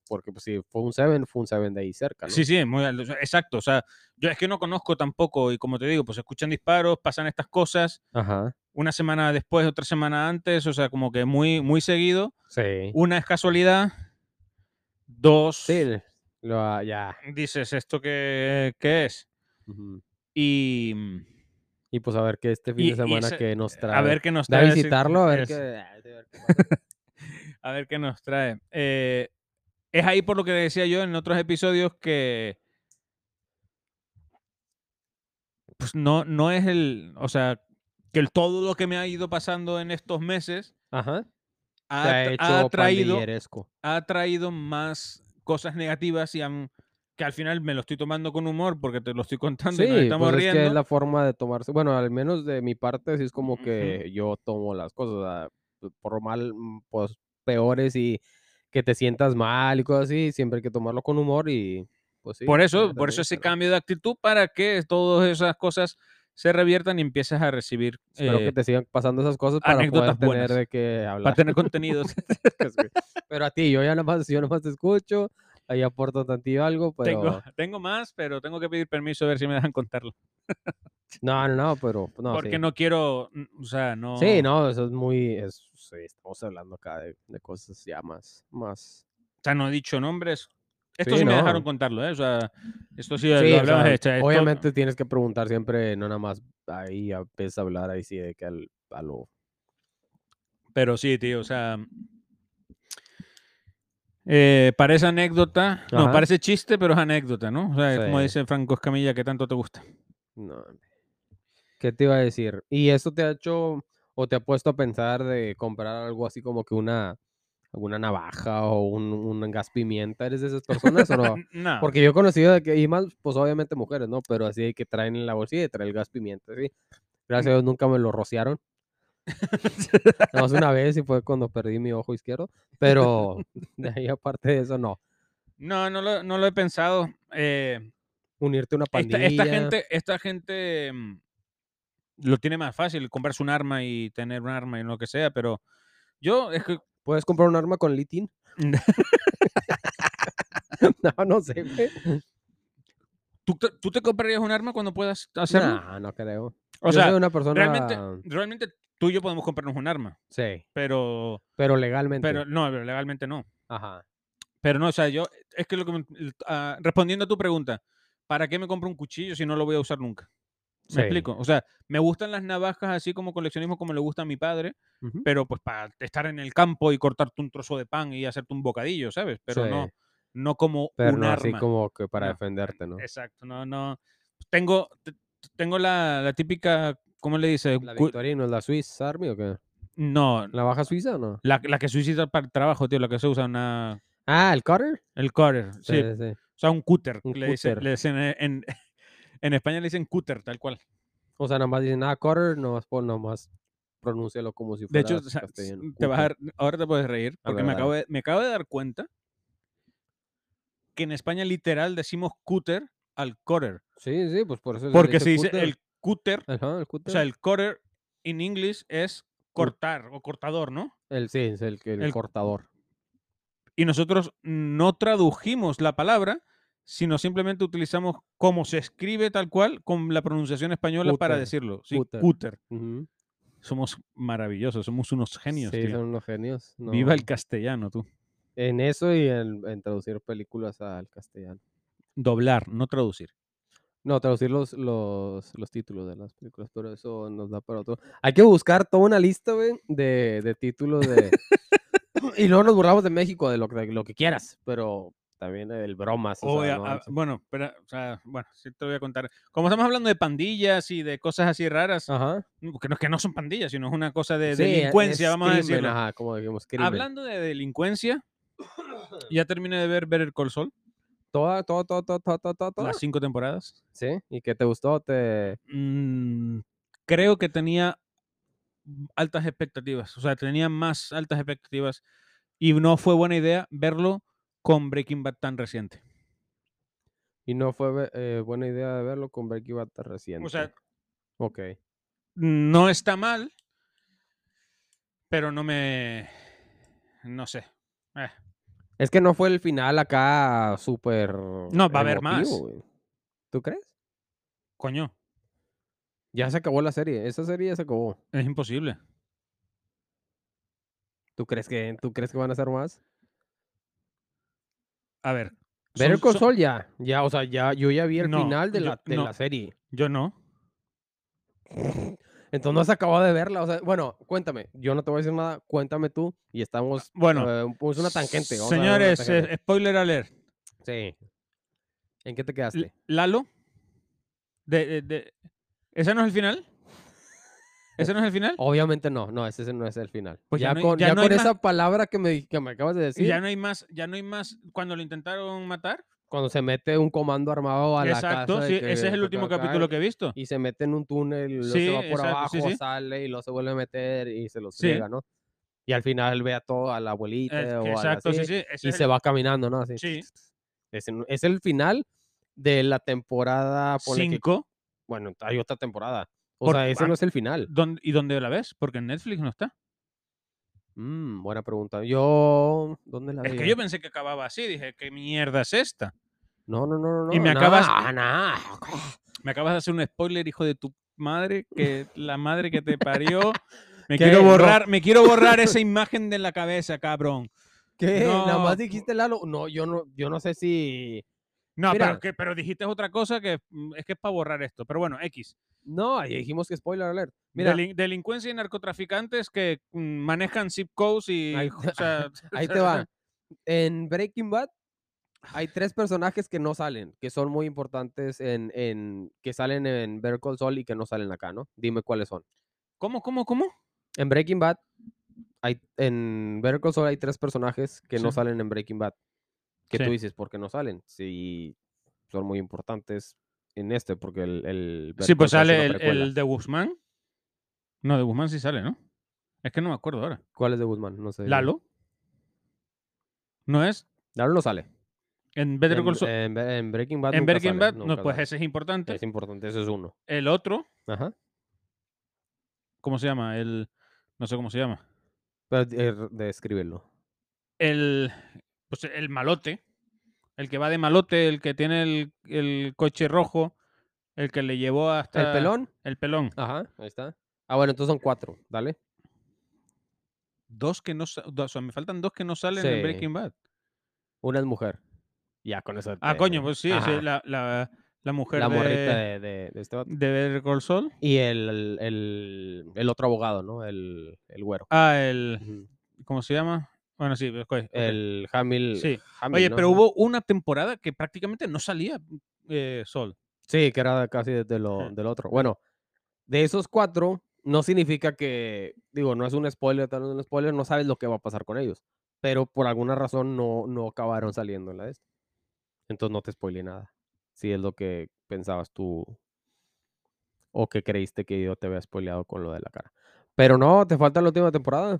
Speaker 1: Porque pues si fue un Seven, fue un Seven de ahí cerca, ¿no?
Speaker 2: Sí, sí, muy al- o sea, exacto. O sea, yo es que no conozco tampoco, y como te digo, pues escuchan disparos, pasan estas cosas,
Speaker 1: Ajá,
Speaker 2: una semana después, otra semana antes, o sea, como que muy, muy seguido.
Speaker 1: sí.
Speaker 2: Una es casualidad, dos,
Speaker 1: Sí, el- lo, ah, ya.
Speaker 2: dices, ¿esto qué, qué es?
Speaker 1: ujú.
Speaker 2: Y
Speaker 1: Y pues a ver qué este fin
Speaker 2: Y- y
Speaker 1: de semana
Speaker 2: ese-
Speaker 1: que nos trae.
Speaker 2: a ver qué nos
Speaker 1: Da a
Speaker 2: trae. ese-
Speaker 1: visitarlo, a ver
Speaker 2: es-
Speaker 1: qué... a ver qué pasa.
Speaker 2: A ver qué nos trae. Eh, es ahí por lo que decía yo en otros episodios que. Pues no, no es el. O sea, que el, todo lo que me ha ido pasando en estos meses
Speaker 1: Ajá.
Speaker 2: ha,
Speaker 1: se ha
Speaker 2: tra-
Speaker 1: hecho
Speaker 2: ha traído,
Speaker 1: pandilleresco.
Speaker 2: ha traído más cosas negativas y han- que al final me lo estoy tomando con humor porque te lo estoy contando y nos
Speaker 1: Sí,
Speaker 2: estamos
Speaker 1: pues
Speaker 2: riendo.
Speaker 1: es que es la forma de tomarse. Bueno, al menos de mi parte, sí es como
Speaker 2: Ujú.
Speaker 1: que yo tomo las cosas, ah, p- por mal, mm, pues peores y que te sientas mal y cosas así, siempre hay que tomarlo con humor y pues sí.
Speaker 2: Por
Speaker 1: sí,
Speaker 2: eso,
Speaker 1: yo
Speaker 2: por
Speaker 1: también,
Speaker 2: eso ese
Speaker 1: pero
Speaker 2: cambio de actitud para que todas esas cosas se reviertan y empieces a recibir
Speaker 1: Espero
Speaker 2: eh,
Speaker 1: que te sigan pasando esas cosas para poder
Speaker 2: anécdotas
Speaker 1: tener
Speaker 2: buenas.
Speaker 1: de qué
Speaker 2: para
Speaker 1: hablar.
Speaker 2: tener contenidos.
Speaker 1: pero a ti, yo ya nada más, yo nada más te escucho, ahí aporto tantillo algo, pero...
Speaker 2: Tengo, tengo más, pero tengo que pedir permiso a ver si me dejan contarlo.
Speaker 1: No, no, no, pero... pues, No,
Speaker 2: porque
Speaker 1: sí.
Speaker 2: no quiero, mm, o sea, no.
Speaker 1: Sí, no, eso es muy... es- sí, estamos hablando acá de, de cosas ya más... más
Speaker 2: O sea, no he dicho nombres. Esto sí,
Speaker 1: Sí,
Speaker 2: me dejaron
Speaker 1: no.
Speaker 2: contarlo, ¿eh? O sea, esto sí,
Speaker 1: Sí,
Speaker 2: lo
Speaker 1: o
Speaker 2: hablamos.
Speaker 1: sea,
Speaker 2: eh, o sea, esto-
Speaker 1: obviamente tienes que preguntar siempre, no nada más ahí a- empiezas a hablar ahí sí de que al, a lo...
Speaker 2: Pero sí, tío, o sea. eh, para esa anécdota, no,
Speaker 1: Ajá.
Speaker 2: parece chiste, pero es anécdota, ¿no? O sea, es como
Speaker 1: Sí.
Speaker 2: dice Franco Escamilla, que tanto te gusta.
Speaker 1: No. ¿Qué te iba a decir? ¿Y esto te ha hecho o te ha puesto a pensar de comprar algo así como que una alguna navaja o un, un gas pimienta? ¿Eres de esas personas o no?
Speaker 2: N- No,
Speaker 1: Porque yo he conocido de que, y más, pues obviamente mujeres,
Speaker 2: Mm.
Speaker 1: ¿no? Pero así de que traen en la bolsilla y traen el gas pimienta, sí. Gracias a Dios nunca me lo rociaron. Nada más una vez y fue cuando perdí mi ojo izquierdo. Pero de ahí aparte de eso, no.
Speaker 2: No, no lo, no lo he pensado. Eh,
Speaker 1: Unirte a una
Speaker 2: esta,
Speaker 1: pandilla.
Speaker 2: esta gente, esta gente mm, lo tiene más fácil, comprarse un arma y tener un arma y lo que sea, pero yo es que
Speaker 1: ¿Puedes comprar un arma con litin? no, no sé, güey.
Speaker 2: ¿tú, te- tú te comprarías un arma cuando puedas hacerlo.
Speaker 1: No, no creo.
Speaker 2: o
Speaker 1: Yo
Speaker 2: sea,
Speaker 1: soy una persona.
Speaker 2: realmente, realmente tú y yo podemos comprarnos un arma,
Speaker 1: Sí,
Speaker 2: pero,
Speaker 1: pero legalmente.
Speaker 2: pero no, pero legalmente no.
Speaker 1: Ajá.
Speaker 2: Pero no, o sea, yo, es que lo que me- l- ah, respondiendo a tu pregunta, ¿para qué me compro un cuchillo si no lo voy a usar nunca? ¿Me
Speaker 1: Sí.
Speaker 2: explico? O sea, me gustan las navajas así como coleccionismo como le gusta a mi padre,
Speaker 1: Ujú.
Speaker 2: pero pues para estar en el campo y cortarte un trozo de pan y hacerte un bocadillo, ¿sabes? Pero
Speaker 1: Sí,
Speaker 2: no, no como
Speaker 1: Pero
Speaker 2: un
Speaker 1: no
Speaker 2: arma.
Speaker 1: así como que para
Speaker 2: No,
Speaker 1: defenderte, ¿no?
Speaker 2: Exacto, no, no. Tengo, t- t- tengo la, la típica, ¿cómo le dice?
Speaker 1: ¿La
Speaker 2: Cu-
Speaker 1: Victorino es la Swiss Army o qué?
Speaker 2: No,
Speaker 1: ¿La baja suiza o no?
Speaker 2: la, la que se utiliza para el trabajo, tío, la que se usa una,
Speaker 1: Ah, el cutter.
Speaker 2: el cutter. sí,
Speaker 1: sí, sí.
Speaker 2: O sea, un cúter.
Speaker 1: Un
Speaker 2: le dicen-
Speaker 1: cúter.
Speaker 2: le dicen en, en- en España le dicen cúter, tal cual.
Speaker 1: O sea, nomás dicen, ah, cutter, nomás, pon, nomás pronúncialo como si
Speaker 2: De
Speaker 1: fuera
Speaker 2: hecho, o sea,
Speaker 1: castellano,
Speaker 2: te vas a
Speaker 1: cutter.
Speaker 2: dar- ahora te puedes reír, porque
Speaker 1: ver,
Speaker 2: me
Speaker 1: dale.
Speaker 2: acabo, de, me acabo de dar cuenta que en España literal decimos cúter al quarter.
Speaker 1: Sí, sí, pues por eso. se le
Speaker 2: Porque se dice
Speaker 1: cutter.
Speaker 2: el cúter,
Speaker 1: Ajá, el
Speaker 2: o
Speaker 1: cutter.
Speaker 2: sea, el quarter en inglés es cortar o cortador, ¿no?
Speaker 1: El- sí, es el, que- el
Speaker 2: el-
Speaker 1: cortador.
Speaker 2: Y nosotros no tradujimos la palabra, sino simplemente utilizamos como se escribe tal cual con la pronunciación española para
Speaker 1: Cúter,
Speaker 2: decirlo. Sí,
Speaker 1: cúter.
Speaker 2: cúter.
Speaker 1: Ujú.
Speaker 2: Somos maravillosos, somos unos genios.
Speaker 1: Sí,
Speaker 2: tío.
Speaker 1: son unos genios.
Speaker 2: Viva el
Speaker 1: no.
Speaker 2: castellano, tú.
Speaker 1: En eso y en, en traducir películas al castellano.
Speaker 2: Doblar, no traducir.
Speaker 1: No, traducir los, los, los títulos de las películas, pero eso nos da para otro. Hay que buscar toda una lista, güey, de, de títulos de... y luego nos burlamos de México, de lo, que- de lo que quieras, pero también el bromas. o
Speaker 2: O
Speaker 1: sea,
Speaker 2: a-
Speaker 1: no
Speaker 2: a-
Speaker 1: manches.
Speaker 2: bueno, pero, o sea, bueno, sí te voy a contar. Como estamos hablando de pandillas y de cosas así raras,
Speaker 1: Ajá.
Speaker 2: mm, que no, que no son pandillas, sino es una cosa de
Speaker 1: Ah. Sí, e-
Speaker 2: delincuencia,
Speaker 1: es
Speaker 2: vamos a
Speaker 1: crimen,
Speaker 2: decirlo.
Speaker 1: Ajá, como dijimos, crimen.
Speaker 2: Hablando de delincuencia, ya terminé de ver Better Call Saul,
Speaker 1: Toda, toda, toda, toda, toda, toda, toda, toda.
Speaker 2: las cinco temporadas.
Speaker 1: ¿Sí? ¿Y qué te gustó? Te...
Speaker 2: Mm, creo que tenía altas expectativas, o sea, tenía más altas expectativas y no fue buena idea verlo con Breaking Bad tan reciente.
Speaker 1: Y no fue ve- eh, buena idea de verlo con Breaking Bad tan reciente.
Speaker 2: O sea,
Speaker 1: Ok.
Speaker 2: no está mal, pero no me. No sé. Eh,
Speaker 1: Es que no fue el final acá súper.
Speaker 2: No, va a haber más.
Speaker 1: emotivo, güey. ¿Tú crees?
Speaker 2: coño,
Speaker 1: Ya se acabó la serie. Esa serie ya se acabó.
Speaker 2: es imposible.
Speaker 1: ¿Tú crees que, tú crees que van a hacer más?
Speaker 2: A ver.
Speaker 1: Ver el
Speaker 2: son- son-
Speaker 1: console ya. Ya, o sea, ya, yo ya vi el
Speaker 2: No,
Speaker 1: final de,
Speaker 2: yo-
Speaker 1: la, de
Speaker 2: no.
Speaker 1: la serie.
Speaker 2: Yo no.
Speaker 1: Entonces no has acabado de verla. O sea, bueno, cuéntame. Yo no te voy a decir nada. Cuéntame tú. Y estamos.
Speaker 2: Bueno.
Speaker 1: eh, un- es una tangente. vamos a dar una
Speaker 2: Señores,
Speaker 1: tangente.
Speaker 2: eh, spoiler alert.
Speaker 1: sí. ¿En qué te
Speaker 2: L-
Speaker 1: quedaste?
Speaker 2: Lalo. De, de- de- ¿Ese no es el final? ¿Ese no es el final?
Speaker 1: Obviamente no. No, ese no es el final.
Speaker 2: Pues ya
Speaker 1: ya,
Speaker 2: no hay-
Speaker 1: con,
Speaker 2: ya
Speaker 1: ya
Speaker 2: no hay
Speaker 1: con
Speaker 2: más.
Speaker 1: esa palabra que me, di- que me acabas de decir.
Speaker 2: Y ya no hay más, ya no hay más. Cuando lo intentaron matar.
Speaker 1: cuando se mete un comando armado a la casa.
Speaker 2: Exacto,
Speaker 1: de
Speaker 2: sí,
Speaker 1: que
Speaker 2: ese es el
Speaker 1: fue
Speaker 2: último
Speaker 1: acá
Speaker 2: capítulo
Speaker 1: y-
Speaker 2: que he visto.
Speaker 1: Y se mete en un túnel, y luego
Speaker 2: Sí,
Speaker 1: se va por
Speaker 2: exacto, sí,
Speaker 1: abajo,
Speaker 2: sí.
Speaker 1: sale y luego se vuelve a meter y se los
Speaker 2: Sí.
Speaker 1: friega, ¿no? Y al final ve a todo, a la abuelita
Speaker 2: Eh,
Speaker 1: o a la
Speaker 2: Exacto, sí,
Speaker 1: así,
Speaker 2: sí. ese es
Speaker 1: Y
Speaker 2: el-
Speaker 1: se va caminando, ¿no? Así.
Speaker 2: Sí.
Speaker 1: Es, en- es el final de la temporada. ponle que-
Speaker 2: Cinco.
Speaker 1: bueno, hay otra temporada. O
Speaker 2: Por-
Speaker 1: sea, ese
Speaker 2: ah.
Speaker 1: no es el final.
Speaker 2: ¿Dónde- ¿Y dónde la ves? Porque en Netflix no está.
Speaker 1: Mm, buena pregunta. Yo. ¿Dónde la
Speaker 2: Es
Speaker 1: vi?
Speaker 2: que yo pensé que acababa así. Dije, ¿qué mierda es esta?
Speaker 1: No, no, no, no.
Speaker 2: Y
Speaker 1: no,
Speaker 2: me acabas-
Speaker 1: nah, nah.
Speaker 2: Me acabas de hacer un spoiler, hijo de tu madre, que la madre que te parió. Me
Speaker 1: ¿Qué?
Speaker 2: quiero
Speaker 1: No.
Speaker 2: borrar, me quiero borrar esa imagen de la cabeza, cabrón.
Speaker 1: ¿Qué? Nada
Speaker 2: No,
Speaker 1: más
Speaker 2: pu-
Speaker 1: dijiste Lalo. No, yo no, yo no sé si.
Speaker 2: No,
Speaker 1: Mira.
Speaker 2: pero, que, pero dijiste otra cosa que mm, es que es para borrar esto. Pero bueno, X.
Speaker 1: No, ahí dijimos que spoiler alert. Mira,
Speaker 2: Delin- delincuencia y narcotraficantes que mm, manejan zip codes y.
Speaker 1: Ahí
Speaker 2: o sea,
Speaker 1: ahí te va. En Breaking Bad
Speaker 2: Ah.
Speaker 1: hay tres personajes que no salen, que son muy importantes en, en que salen en Better Call Saul y que no salen acá, ¿no? Dime cuáles son.
Speaker 2: ¿Cómo, cómo, cómo?
Speaker 1: En Breaking Bad hay en Better Call Saul hay tres personajes que no
Speaker 2: Sí.
Speaker 1: salen en Breaking Bad. Que
Speaker 2: Sí.
Speaker 1: tú dices, ¿por qué no salen? Si son muy importantes en este, porque el, el
Speaker 2: Sí,
Speaker 1: Better
Speaker 2: pues
Speaker 1: Call Saul es
Speaker 2: sale
Speaker 1: una
Speaker 2: el,
Speaker 1: precuela.
Speaker 2: el de Guzmán. No, de Guzmán sí sale, ¿no? Es que no me acuerdo ahora.
Speaker 1: ¿Cuál es de Guzmán? No sé.
Speaker 2: Lalo. ¿No es?
Speaker 1: Lalo no sale.
Speaker 2: En eh, Better Call
Speaker 1: en,
Speaker 2: Saul.
Speaker 1: en Be- en Breaking Bad.
Speaker 2: En
Speaker 1: nunca
Speaker 2: Breaking
Speaker 1: sale,
Speaker 2: Bad,
Speaker 1: nunca
Speaker 2: no, pues
Speaker 1: sale.
Speaker 2: ese es importante.
Speaker 1: es importante, ese es uno.
Speaker 2: El otro,
Speaker 1: Ajá.
Speaker 2: ¿cómo se llama? El. No sé cómo se llama.
Speaker 1: Pero eh, descríbelo.
Speaker 2: El. Pues el malote. El que va de malote, el que tiene el, el coche rojo, el que le llevó hasta.
Speaker 1: ¿El pelón?
Speaker 2: El pelón.
Speaker 1: Ah, Ajá, ahí está. Ah, bueno, entonces son cuatro. Dale.
Speaker 2: Dos que no. sa- dos- o sea, me faltan dos que no salen en
Speaker 1: Sí.
Speaker 2: Breaking Bad.
Speaker 1: Una es mujer. Ya, con eso.
Speaker 2: Ah,
Speaker 1: te-
Speaker 2: coño, pues sí, sí,
Speaker 1: Ajá.
Speaker 2: la, la, la mujer
Speaker 1: La morrita de,
Speaker 2: de,
Speaker 1: de, de este vato.
Speaker 2: de Better Call Saul.
Speaker 1: Y el, el, el otro abogado, ¿no? El, el güero.
Speaker 2: Ah, el.
Speaker 1: Ujú.
Speaker 2: ¿Cómo se llama? Bueno, sí, pues, ok, ok.
Speaker 1: El Hamil.
Speaker 2: Sí.
Speaker 1: Hamil,
Speaker 2: Oye,
Speaker 1: ¿no?
Speaker 2: pero
Speaker 1: Ajá.
Speaker 2: hubo una temporada que prácticamente no salía eh, Sol.
Speaker 1: Sí, que era casi de- de lo,
Speaker 2: Ajá.
Speaker 1: del otro. Bueno, de esos cuatro, no significa que, digo, no es un spoiler, tal vez un spoiler, no sabes lo que va a pasar con ellos. Pero por alguna razón no, no acabaron saliendo en la de esta. Entonces no te spoilé nada. Si es lo que pensabas tú o que creíste que yo te había spoileado con lo de la cara. Pero no, te falta la última temporada.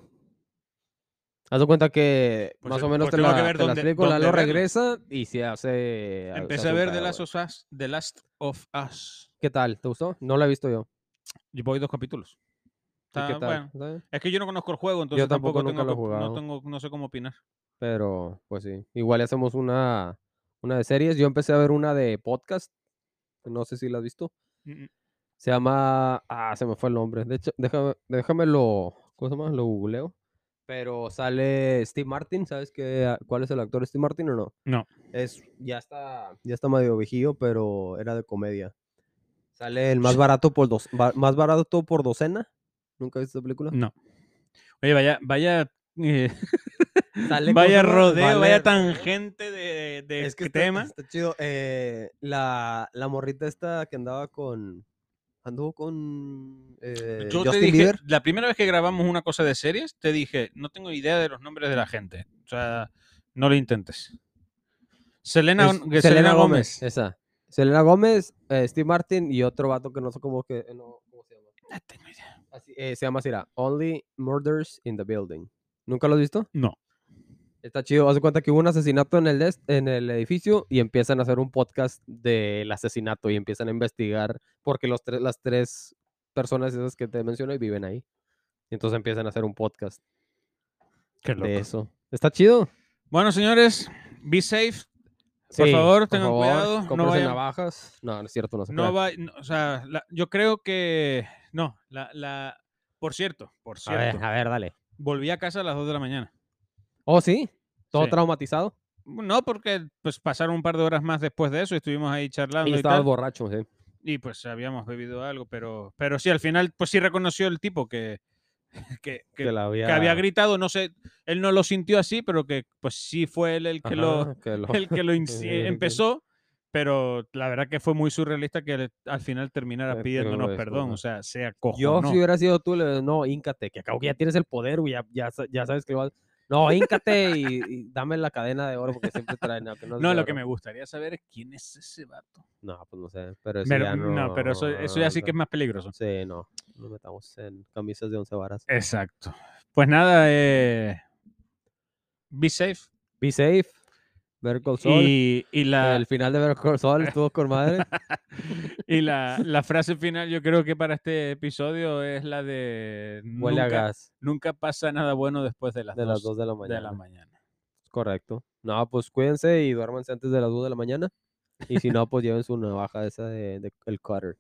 Speaker 1: Haz de cuenta que
Speaker 2: Pues,
Speaker 1: más
Speaker 2: eh,
Speaker 1: o menos
Speaker 2: pues
Speaker 1: te,
Speaker 2: tengo
Speaker 1: la,
Speaker 2: que ver
Speaker 1: te la
Speaker 2: dónde-
Speaker 1: explico,
Speaker 2: dónde
Speaker 1: Lalo
Speaker 2: verla.
Speaker 1: regresa y se hace... se
Speaker 2: Empecé
Speaker 1: hace
Speaker 2: a
Speaker 1: un
Speaker 2: ver The
Speaker 1: pedo,
Speaker 2: Last,
Speaker 1: güey.
Speaker 2: of Us, The Last of Us.
Speaker 1: ¿Qué tal? ¿Te gustó? No la he visto yo.
Speaker 2: Y voy dos capítulos.
Speaker 1: ¿Y qué
Speaker 2: Está-
Speaker 1: tal?
Speaker 2: Ah, bueno,
Speaker 1: ¿Está bien?
Speaker 2: es que yo no conozco el juego, entonces
Speaker 1: tampoco
Speaker 2: tampoco,
Speaker 1: nunca
Speaker 2: tengo
Speaker 1: lo he
Speaker 2: que op- no,
Speaker 1: jugado.
Speaker 2: tengo- no sé cómo opinar.
Speaker 1: Pero, pues sí. Igual y hacemos una, una de series. Yo empecé a ver una de podcast. No sé si la has visto.
Speaker 2: Mm, mm.
Speaker 1: Se llama. Ah, se me fue el nombre. De hecho, déjame, déjame lo. ¿Cómo se llama? Lo googleo. Pero sale Steve Martin. ¿Sabes qué, a- cuál es el actor Steve Martin o no?
Speaker 2: No.
Speaker 1: Es, ya está. Ya está medio viejillo, pero era de comedia. Sale el más barato por dos, ba- más barato por docena. ¿Nunca viste esa película?
Speaker 2: No. Oye, vaya, vaya, eh,
Speaker 1: Sale, ¿cómo se
Speaker 2: vaya
Speaker 1: llama?
Speaker 2: rodeo, vaya
Speaker 1: Valer-
Speaker 2: tangente de, de
Speaker 1: Es que
Speaker 2: este
Speaker 1: está,
Speaker 2: tema.
Speaker 1: está chido. Eh, la, la morrita esta que andaba con. Anduvo con. eh,
Speaker 2: Yo te
Speaker 1: Justin
Speaker 2: dije,
Speaker 1: Bieber.
Speaker 2: la primera vez que grabamos una cosa de series, te dije, no tengo idea de los nombres de la gente. O sea, no lo intentes. Selena,
Speaker 1: Es Eh,
Speaker 2: Selena, Gómez.
Speaker 1: Esa. Selena Gómez, eh, Steve Martin y otro vato que no sé cómo, que, eh, no, cómo se llama.
Speaker 2: No tengo idea.
Speaker 1: Así, eh, se llama así, era Only Murders in the Building. ¿Nunca lo has visto?
Speaker 2: No.
Speaker 1: Está chido. Haz de cuenta que hubo un asesinato en el, des- en el edificio y empiezan a hacer un podcast del asesinato y empiezan a investigar porque los tres, las tres personas esas que te mencioné viven ahí. Y entonces empiezan a hacer un podcast
Speaker 2: Qué
Speaker 1: de eso. Está chido.
Speaker 2: Bueno, señores, be safe. Por
Speaker 1: Sí,
Speaker 2: favor,
Speaker 1: por
Speaker 2: tengan
Speaker 1: favor,
Speaker 2: cuidado, no
Speaker 1: cómprense
Speaker 2: vayan-
Speaker 1: navajas. No, no es cierto, no se
Speaker 2: No
Speaker 1: crean.
Speaker 2: va, no, o sea, la- yo creo que no, la, la- por cierto, por
Speaker 1: A
Speaker 2: cierto,
Speaker 1: ver, a ver, dale.
Speaker 2: volví a casa a las 2 de la mañana.
Speaker 1: Oh, sí. Todo
Speaker 2: Sí.
Speaker 1: traumatizado.
Speaker 2: No, porque pues pasaron un par de horas más después de eso y estuvimos ahí charlando
Speaker 1: Y
Speaker 2: y,
Speaker 1: estabas
Speaker 2: tal,
Speaker 1: borracho, sí.
Speaker 2: y pues habíamos bebido algo, pero pero sí al final pues sí reconoció el tipo que que, que-
Speaker 1: Que la
Speaker 2: que
Speaker 1: había,
Speaker 2: había gritado, no sé, él no lo sintió así, pero que pues sí fue él el que lo
Speaker 1: Ajá, que lo-
Speaker 2: el que lo inci-
Speaker 1: Sí, que-
Speaker 2: empezó, pero la verdad que fue muy surrealista que al- al final
Speaker 1: Eh,
Speaker 2: terminara pidiéndonos
Speaker 1: pidiéndole
Speaker 2: perdón, o
Speaker 1: disculpas.
Speaker 2: sea, sea cojo.
Speaker 1: Yo, si hubiera sido tú, le no, íncate, que acabo que ya tienes el poder, güey, ya, ya, sa- ya sabes que lo vas. No, íncate y, y dame la cadena de oro porque siempre traen. aunque
Speaker 2: No,
Speaker 1: es de
Speaker 2: lo que
Speaker 1: oro.
Speaker 2: me gustaría saber es quién es ese vato.
Speaker 1: No, pues no sé, pero eso
Speaker 2: Pero-
Speaker 1: ya no.
Speaker 2: no, pero eso, eso ya sí que es más peligroso.
Speaker 1: Sí, no, no metamos en camisas de once varas.
Speaker 2: Exacto. Pues nada, eh, be safe.
Speaker 1: Be safe, ver con sol.
Speaker 2: Y, y la,
Speaker 1: El final de ver con sol estuvo con madre.
Speaker 2: y la, la frase final yo creo que para este episodio es la de
Speaker 1: Huele a
Speaker 2: nunca,
Speaker 1: gas
Speaker 2: nunca pasa nada bueno después de las
Speaker 1: de las 2
Speaker 2: dos
Speaker 1: de la
Speaker 2: de la
Speaker 1: mañana.
Speaker 2: mañana.
Speaker 1: Correcto. No, pues cuídense y duérmanse antes de las 2 de la mañana. Y si no, pues lleven su navaja esa de, de- el cutter.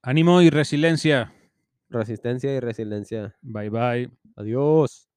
Speaker 2: Ánimo y resiliencia.
Speaker 1: Resistencia y resiliencia.
Speaker 2: Bye bye.
Speaker 1: Adiós.